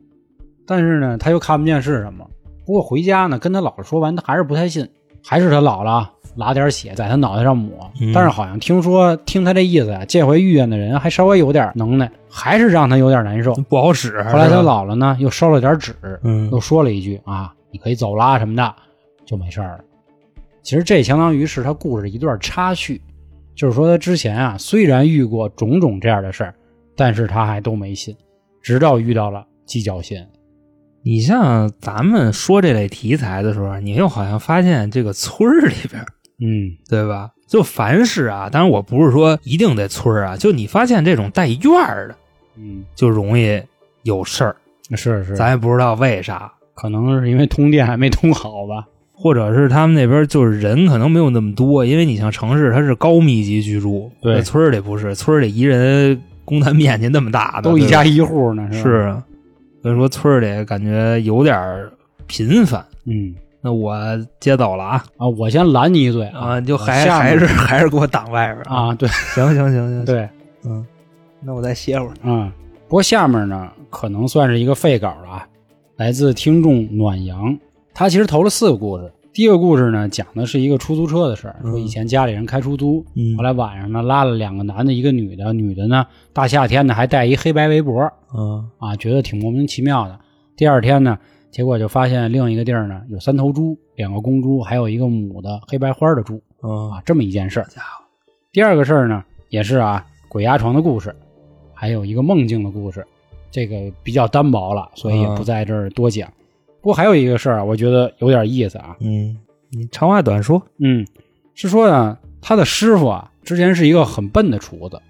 但是呢，他又看不见是什么。不过回家呢，跟他姥姥说完，他还是不太信，还是他姥姥拉点血在他脑袋上抹。嗯但是好像听说，听他这意思啊，这回遇见的人还稍微有点能耐，还是让他有点难受。不好使。啊后来他嗯是吧，姥姥呢又烧了点纸，嗯又说了一句啊，你可以走啦什么的，就没事儿了。其实这相当于是他故事的一段插叙，就是说他之前啊虽然遇过种种这样的事儿，但是他还都没信，直到遇到了鸡脚仙。你像咱们说这类题材的时候，啊你又好像发现这个村儿里边儿，嗯对吧？就凡是啊，当然我不是说一定得村儿啊，就你发现这种带院儿的，嗯，就容易有事儿，是是，咱也不知道为啥，可能是因为通电还没通好吧。或者是他们那边就是人可能没有那么多，因为你像城市它是高密集居住，对那村儿里不是，村儿里一人公摊面积那么大呢都一对吧家一户呢，是吧？是啊，所以说村儿里感觉有点儿频繁。嗯那我接走了啊啊，我先拦你一嘴啊，就我还下面还是还是给我挡外边儿啊，对行行行行，对，嗯，那我再歇会儿。嗯，不过下面呢，可能算是一个废稿了啊。来自听众暖阳，他其实投了四个故事。第一个故事呢，讲的是一个出租车的事儿，说以前家里人开出租，嗯后来晚上呢拉了两个男的，一个女的，女的呢大夏天呢还带一黑白围脖嗯啊，觉得挺莫名其妙的。第二天呢，结果就发现另一个地儿呢有三头猪，两个公猪，还有一个母的黑白花的猪。嗯啊，这么一件事儿。第二个事儿呢，也是啊，鬼压床的故事，还有一个梦境的故事，这个比较单薄了，所以也嗯不在这儿多讲。不过还有一个事儿啊，我觉得有点意思啊，嗯，你长话短说。嗯，是说呢，他的师傅啊，之前是一个很笨的厨子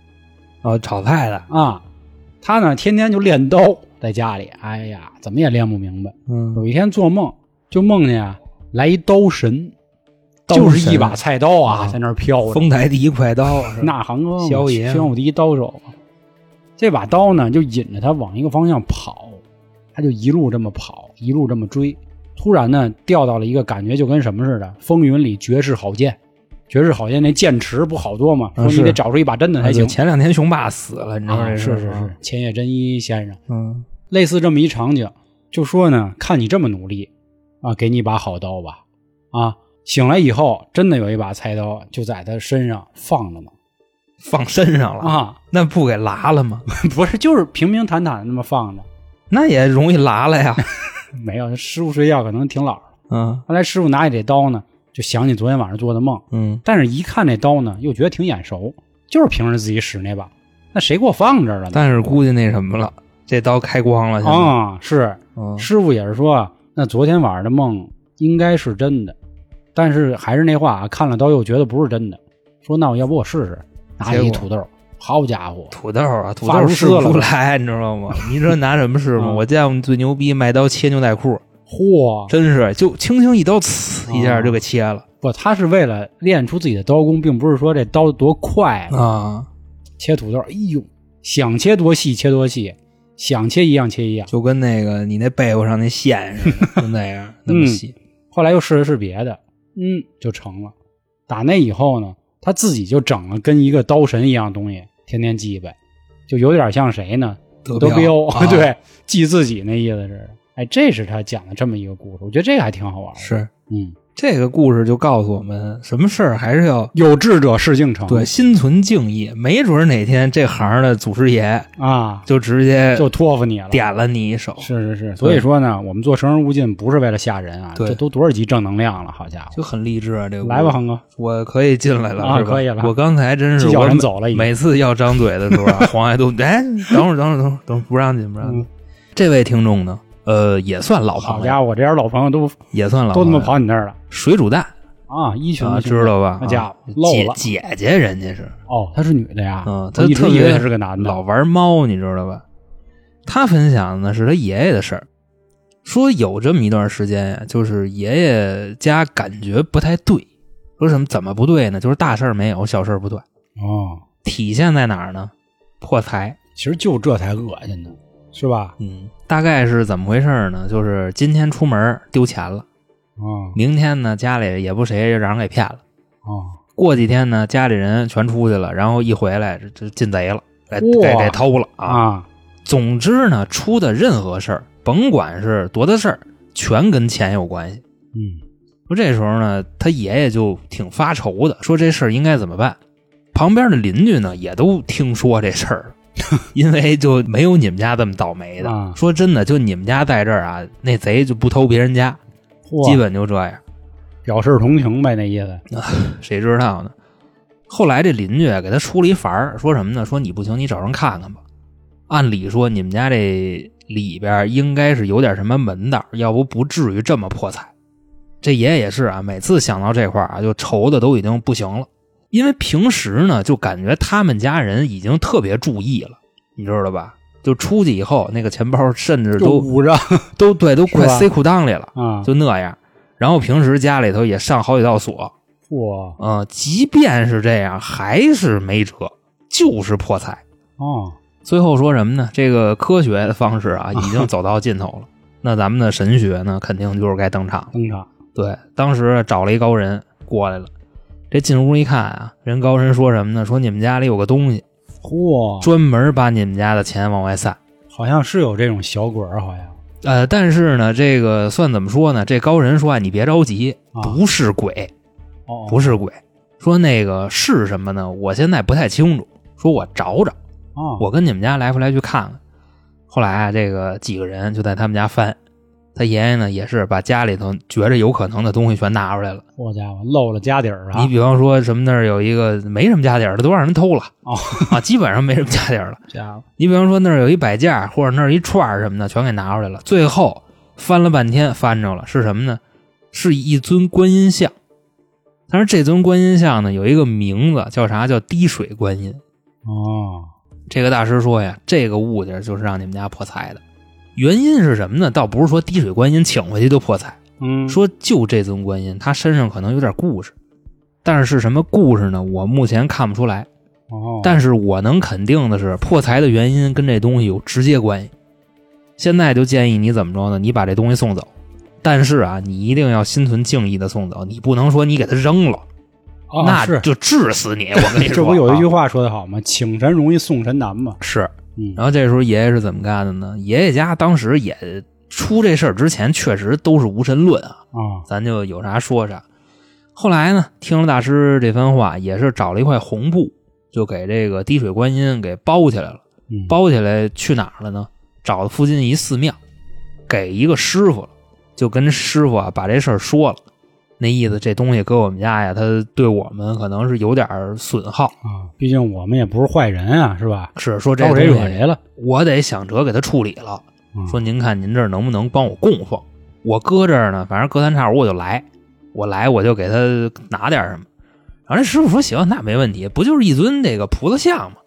哦，炒菜的。啊，他呢天天就练刀，在家里，哎呀，怎么也练不明白。嗯有一天做梦，就梦见啊来一刀神，刀就是一神把菜刀啊，啊在那儿飘着。丰台第一快刀。是吧那行哥嘛，萧爷玄武第一刀手嘛。这把刀呢，就引着他往一个方向跑，他就一路这么跑，一路这么追。突然呢，掉到了一个感觉就跟什么似的，风云里绝世好剑。绝世好剑那剑池不好多嘛，嗯说你是得找出一把真的才而且行。啊前两天雄霸死了，你知道啊，这是事是儿吗是，千叶真一先生，嗯类似这么一场景，就说呢，看你这么努力，啊，给你一把好刀吧，啊，醒来以后，真的有一把菜刀就在他身上放着呢，放身上了，啊，那不给拉了吗？ 不是，就是平平坦坦的那么放着，那也容易拉了 呀。没有。师傅睡觉可能挺老了。嗯后来师傅拿起这刀呢，就想起昨天晚上做的梦，嗯但是一看这刀呢，又觉得挺眼熟，就是平时自己使那把。那谁给我放这儿了呢？但是估计那什么了，这刀开光了，现在、啊、是嗯师傅也是说啊，那昨天晚上的梦应该是真的，但是还是那话啊，看了刀又觉得不是真的，说那我要不我试试，拿起一结果土豆，好家伙，土豆啊，土发豆如试丝了不出来，你知道 吗？你知道拿什么试吗？嗯我见过最牛逼卖刀切牛仔裤，啊嚯！真是就轻轻一刀，啊呲一下就给切了不，他是为了练出自己的刀工，并不是说这刀多快啊！切土豆，哎呦，想切多细切多细，想切一样切一样。就跟那个你那被子上那线似的，就 那样那嗯么细。后来又试了试别的，嗯，就成了。打那以后呢，他自己就整了跟一个刀神一样的东西，天天祭拜，就有点像谁呢？德德彪，啊 对，祭自己那意思是。哎，这是他讲的这么一个故事，我觉得这个还挺好玩的。，是嗯，这个故事就告诉我们，什么事儿还是要有志者事竟成。对心存敬意，没准儿哪天这行的祖师爷啊，就直接就托付你了。点了你一手。是是是，所以说呢，我们做《生人勿近》不是为了吓人啊，对这都多少集正能量了，好家伙！就很励志啊！这个故事来吧，，航哥，我可以进来了，啊是吧可以了我刚才真是犄角我人每走了已经每次要张嘴的时候 啊，黄爱都哎，等会儿，等会儿，等会儿，等会儿，不让进，不让进。这位听众呢，呃，也算老嗯好朋友，家伙，我这点老朋友都也算老都他妈朋友跑你那儿了水煮蛋啊！一群啊，的兄弟知道吧？那家伙啊漏姐了姐姐，人家是哦，她是女的呀，嗯，我她一特直以为别她是个男的。老玩猫，你知道吧？他分享的是他爷爷的事儿，说有这么一段时间呀，就是爷爷家感觉不太对，说什么怎么不对呢？就是大事儿没有，小事儿不断。哦，体现在哪儿呢？破财。其实就这才恶心呢，是吧？嗯，大概是怎么回事呢？就是今天出门丢钱了，啊明天呢家里也不谁让人给骗了，啊，过几天呢家里人全出去了，然后一回来这这进贼了，给给哇给偷了啊！啊，总之呢，出的任何事儿，甭管是多大事儿，全跟钱有关系。嗯说这时候呢，他爷爷就挺发愁的，说这事儿应该怎么办。旁边的邻居呢，也都听说这事儿 了，因为就没有你们家这么倒霉的。啊说真的，就你们家在这儿啊，那贼就不偷别人家，嚯基本就这样。表示同情呗，那意思。谁知道呢？后来这邻居啊给他出了一法儿，说什么呢？说你不行，你找人看看吧。按理说你们家这里边应该是有点什么门道，要不不至于这么破财。这爷爷也是啊，每次想到这块儿啊，就愁的都已经不行了。因为平时呢，就感觉他们家人已经特别注意了，你知道吧？就出去以后，那个钱包甚至就都 捂着都对，都快是吧塞裤裆里了，啊，就那样。然后平时家里头也上好几道锁，嚯呃，即便是这样，还是没辙，就是破财。哦，最后说什么呢？这个科学的方式啊，已 经走到尽头了。那咱们的神学呢，肯定就是该登场了。登场对，当时找了一高人过来了，这进屋一看啊，人高人说什么呢？说你们家里有个东西，嚯，专门把你们家的钱往外散。好像是有这种小鬼儿，好像呃，但是呢，这个算怎么说呢？这高人说啊，你别着急，啊不是鬼，哦，不是是鬼。说那个是什么呢？我现在不太清楚。说我找找，啊，我跟你们家来回来去看看。后来啊，这个几个人就在他们家翻，他爷爷呢也是把家里头觉着有可能的东西全拿出来了。好家伙，漏了家底儿啊！你比方说什么那儿有一个没什么家底儿的，都让人偷了、哦啊，基本上没什么家底儿了。家伙，你比方说那儿有一摆件儿，或者那儿一串儿什么的，全给拿出来了。最后翻了半天，翻着了是什么呢？是一尊观音像。但是这尊观音像呢，有一个名字叫啥？叫滴水观音。哦，这个大师说呀，这个物件就是让你们家破财的。原因是什么呢？倒不是说滴水观音请回去就破财，嗯，说就这尊观音，他身上可能有点故事，但是是什么故事呢？我目前看不出来。哦，但是我能肯定的是，破财的原因跟这东西有直接关系。现在就建议你怎么着呢？你把这东西送走，但是啊，你一定要心存敬意的送走，你不能说你给它扔了，哦那是就致死你。我 跟你说啊，这不有一句话说得好吗？请神容易送神难嘛。是。嗯，然后这时候爷爷是怎么干的呢？爷爷家当时也出这事儿之前，确实都是无神论啊，啊，咱就有啥说啥。后来呢，听了大师这番话，也是找了一块红布，就给这个滴水观音给包起来了。嗯包起来去哪儿了呢？找附近一寺庙，给一个师傅了，就跟师傅啊把这事儿说了。那意思，这东西搁我们家呀，它对我们可能是有点儿损耗，啊，毕竟我们也不是坏人啊，是吧？是说这招谁东惹西谁了？我得想辙给它处理了。嗯说您看您这儿能不能帮我供奉？我搁这儿呢，反正隔三差五我就来，我来我就给他拿点什么。然后这师傅说行，那没问题，不就是一尊这个菩萨像吗？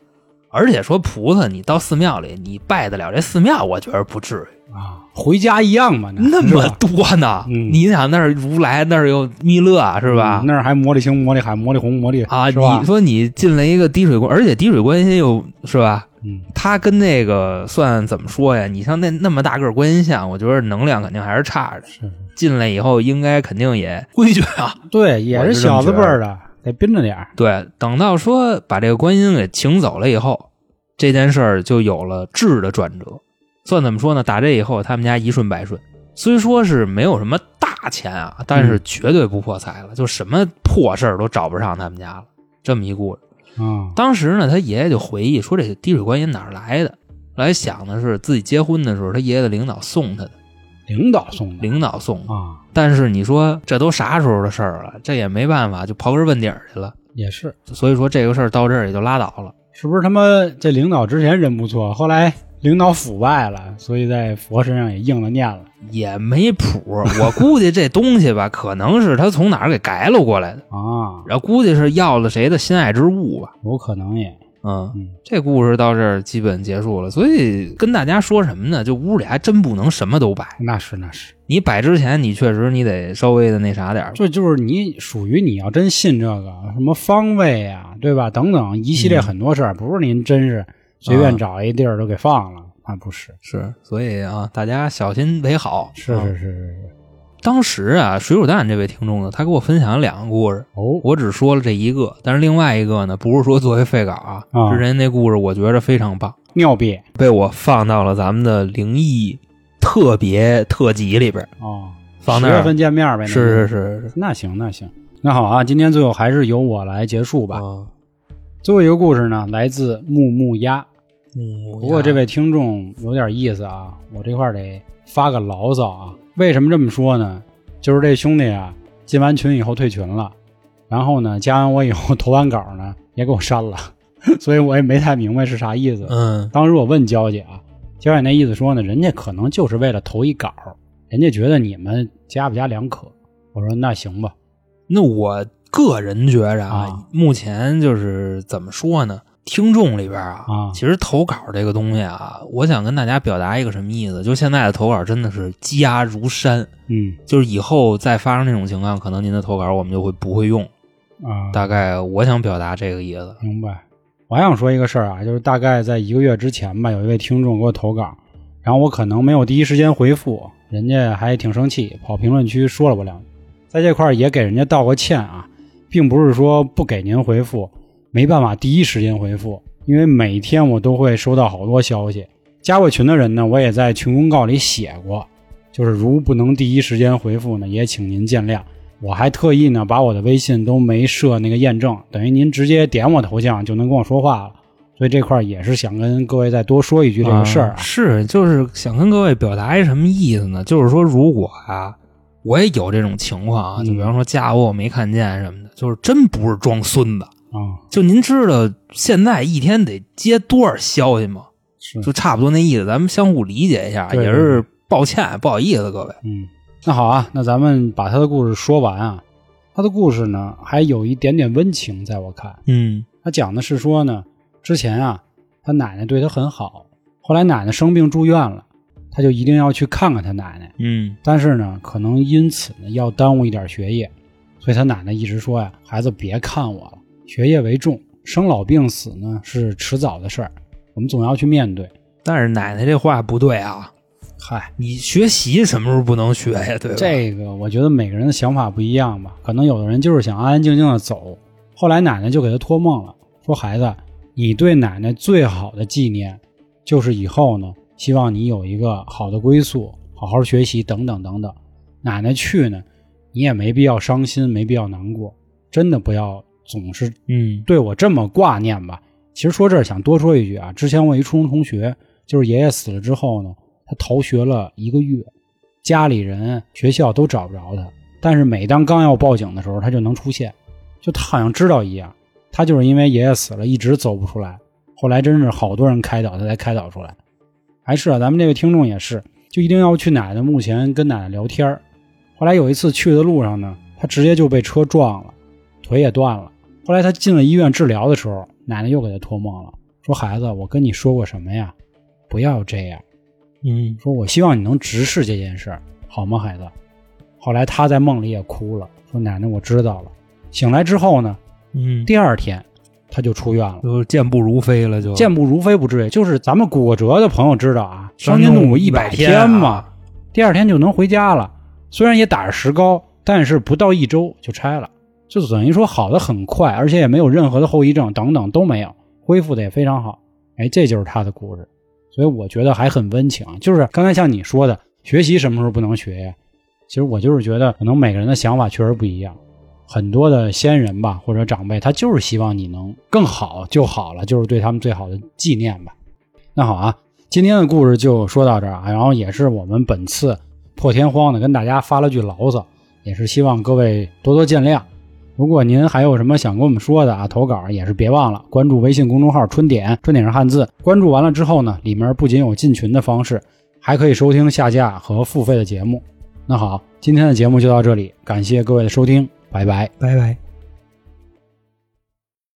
而且说菩萨，你到寺庙里你拜得了这寺庙，我觉得不至于啊，回家一样嘛，那嗯是么吧多呢。嗯你想那儿如来，那儿有弥勒啊，是吧？嗯那儿还魔力青、魔力海、魔力红、魔力啊，是吧你？说你进了一个滴水观，而且滴水观音又是吧？嗯，他跟那个算怎么说呀？你像那那么大个儿观音像，我觉得能量肯定还是差着。是是进来以后应该肯定也规矩啊。对，也我是就这么小子觉得辈儿的，得憋着点儿。对，等到说把这个观音给请走了以后，这件事儿就有了质的转折。算怎么说呢？打这以后，他们家一顺百顺，虽说是没有什么大钱啊，但是绝对不破财了，就什么破事儿都找不上他们家了。这么一故事。啊当时呢，他爷爷就回忆说，这滴水观音哪儿来的？后来想的是，自己结婚的时候，他爷爷的领导送他的，领导送的领导送的。啊，但是你说这都啥时候的事儿了，这也没办法，就刨根问底儿去了。也是，所以说这个事儿到这儿也就拉倒了。是不是他妈这领导之前人不错，后来领导腐败了，所以在佛身上也应了念了也没谱，我估计这东西吧，可能是他从哪儿给改了过来的，啊？然后估计是要了谁的心爱之物吧。有可能也嗯嗯，这故事到这儿基本结束了。所以跟大家说什么呢？就屋里还真不能什么都摆。那是那是，你摆之前，你确实你得稍微的那啥点儿。这就是你属于你要真信这个什么方位啊，对吧？等等一系列嗯啊很多事儿，不是您真是随便找一地儿就给放了，那不是。是，所以啊，大家小心为好。是啊是是是是，当时啊，水煮蛋这位听众呢，他给我分享了两个故事，哦，我只说了这一个，但是另外一个呢，不是说作为废稿啊，啊是人家那故事我觉得非常棒，尿憋被我放到了咱们的灵异特别特辑里边儿，啊，放十那月儿。份见面呗，那啊是就是是是那行那行，那好啊，今天最后还是由我来结束吧。啊，最后一个故事呢，来自木木鸭。嗯，不过这位听众有点意思啊，我这块儿得发个牢骚啊。为什么这么说呢？就是这兄弟啊，进完群以后退群了，然后呢，加完我以后投完稿呢，也给我删了， 所以我也没太明白是啥意思。嗯当时我问娇姐啊，娇姐那意思说呢，人家可能就是为了投一稿，人家觉得你们加不加两可。我说那行吧，那我个人觉着啊啊，目前就是怎么说呢？听众里边啊，啊其实投稿这个东西啊，我想跟大家表达一个什么意思？就现在的投稿真的是积压如山，嗯就是以后再发生这种情况，可能您的投稿我们就会不会用。啊，大概我想表达这个意思。明白。我还想说一个事儿啊，就是大概在一个月之前吧，有一位听众给我投稿，然后我可能没有第一时间回复，人家还挺生气，跑评论区说了我两句，在这块儿也给人家道个歉啊，并不是说不给您回复，没办法第一时间回复，因为每天我都会收到好多消息。加过群的人呢，我也在群公告里写过，就是如不能第一时间回复呢，也请您见谅。我还特意呢把我的微信都没设那个验证，等于您直接点我头像就能跟我说话了。所以这块儿也是想跟各位再多说一句这个事儿啊。是就是想跟各位表达一什么意思呢？就是说，如果啊，我也有这种情况啊，嗯就比方说加我我没看见什么的，就是真不是装孙子。啊、就您知道现在一天得接多少消息吗？是，就差不多那意思，咱们相互理解一下，对也是抱歉，不好意思各位。嗯，那好啊，那咱们把他的故事说完啊。他的故事呢，还有一点点温情，在我看，嗯他讲的是说呢，之前啊，他奶奶对他很好，后来奶奶生病住院了，他就一定要去看看他奶奶。嗯但是呢，可能因此呢要耽误一点学业，所以他奶奶一直说呀、孩子别看我了，学业为重，生老病死呢是迟早的事儿，我们总要去面对。但是奶奶这话不对啊，嗨，你学习什么时候不能学呀？对吧？这个我觉得每个人的想法不一样吧，可能有的人就是想安安静静的走。后来奶奶就给他托梦了，说孩子，你对奶奶最好的纪念，就是以后呢，希望你有一个好的归宿，好好学习等等等等。奶奶去呢，你也没必要伤心，没必要难过，真的不要总是嗯对我这么挂念吧。其实说这儿想多说一句啊，之前我一初中同学，就是爷爷死了之后呢，他逃学了一个月，家里人、学校都找不着他，但是每当刚要报警的时候，他就能出现，就他好像知道一样。他就是因为爷爷死了，一直走不出来，后来真是好多人开导他才开导出来。还是啊，咱们这位听众也是，就一定要去奶奶墓前跟奶奶聊天儿。后来有一次去的路上呢，他直接就被车撞了，腿也断了。后来他进了医院治疗的时候，奶奶又给他托梦了，说：“孩子，我跟你说过什么呀？不要这样。嗯说我希望你能直视这件事儿，好吗，孩子？”后来他在梦里也哭了，说：“奶奶，我知道了。”醒来之后呢，嗯，第二天他就出院了。就健步如飞了就，健步如飞不至于，就是咱们骨折的朋友知道啊，伤伤筋筋动动骨骨一一百百天天嘛，啊第二天就能回家了。虽然也打着石膏，但是不到一周就拆了，就等于说好的很快，而且也没有任何的后遗症等等都没有，恢复的也非常好。哎，这就是他的故事，所以我觉得还很温情。啊就是刚才像你说的，学习什么时候不能学呀？其实我就是觉得，可能每个人的想法确实不一样。很多的先人吧，或者长辈，他就是希望你能更好就好了，就是对他们最好的纪念吧。那好啊，今天的故事就说到这儿啊，然后也是我们本次破天荒的跟大家发了句牢骚，也是希望各位多多见谅。如果您还有什么想跟我们说的啊，投稿也是别忘了关注微信公众号“春点”，春点是汉字。关注完了之后呢，里面不仅有进群的方式，还可以收听下架和付费的节目。那好，今天的节目就到这里，感谢各位的收听，拜拜。拜拜。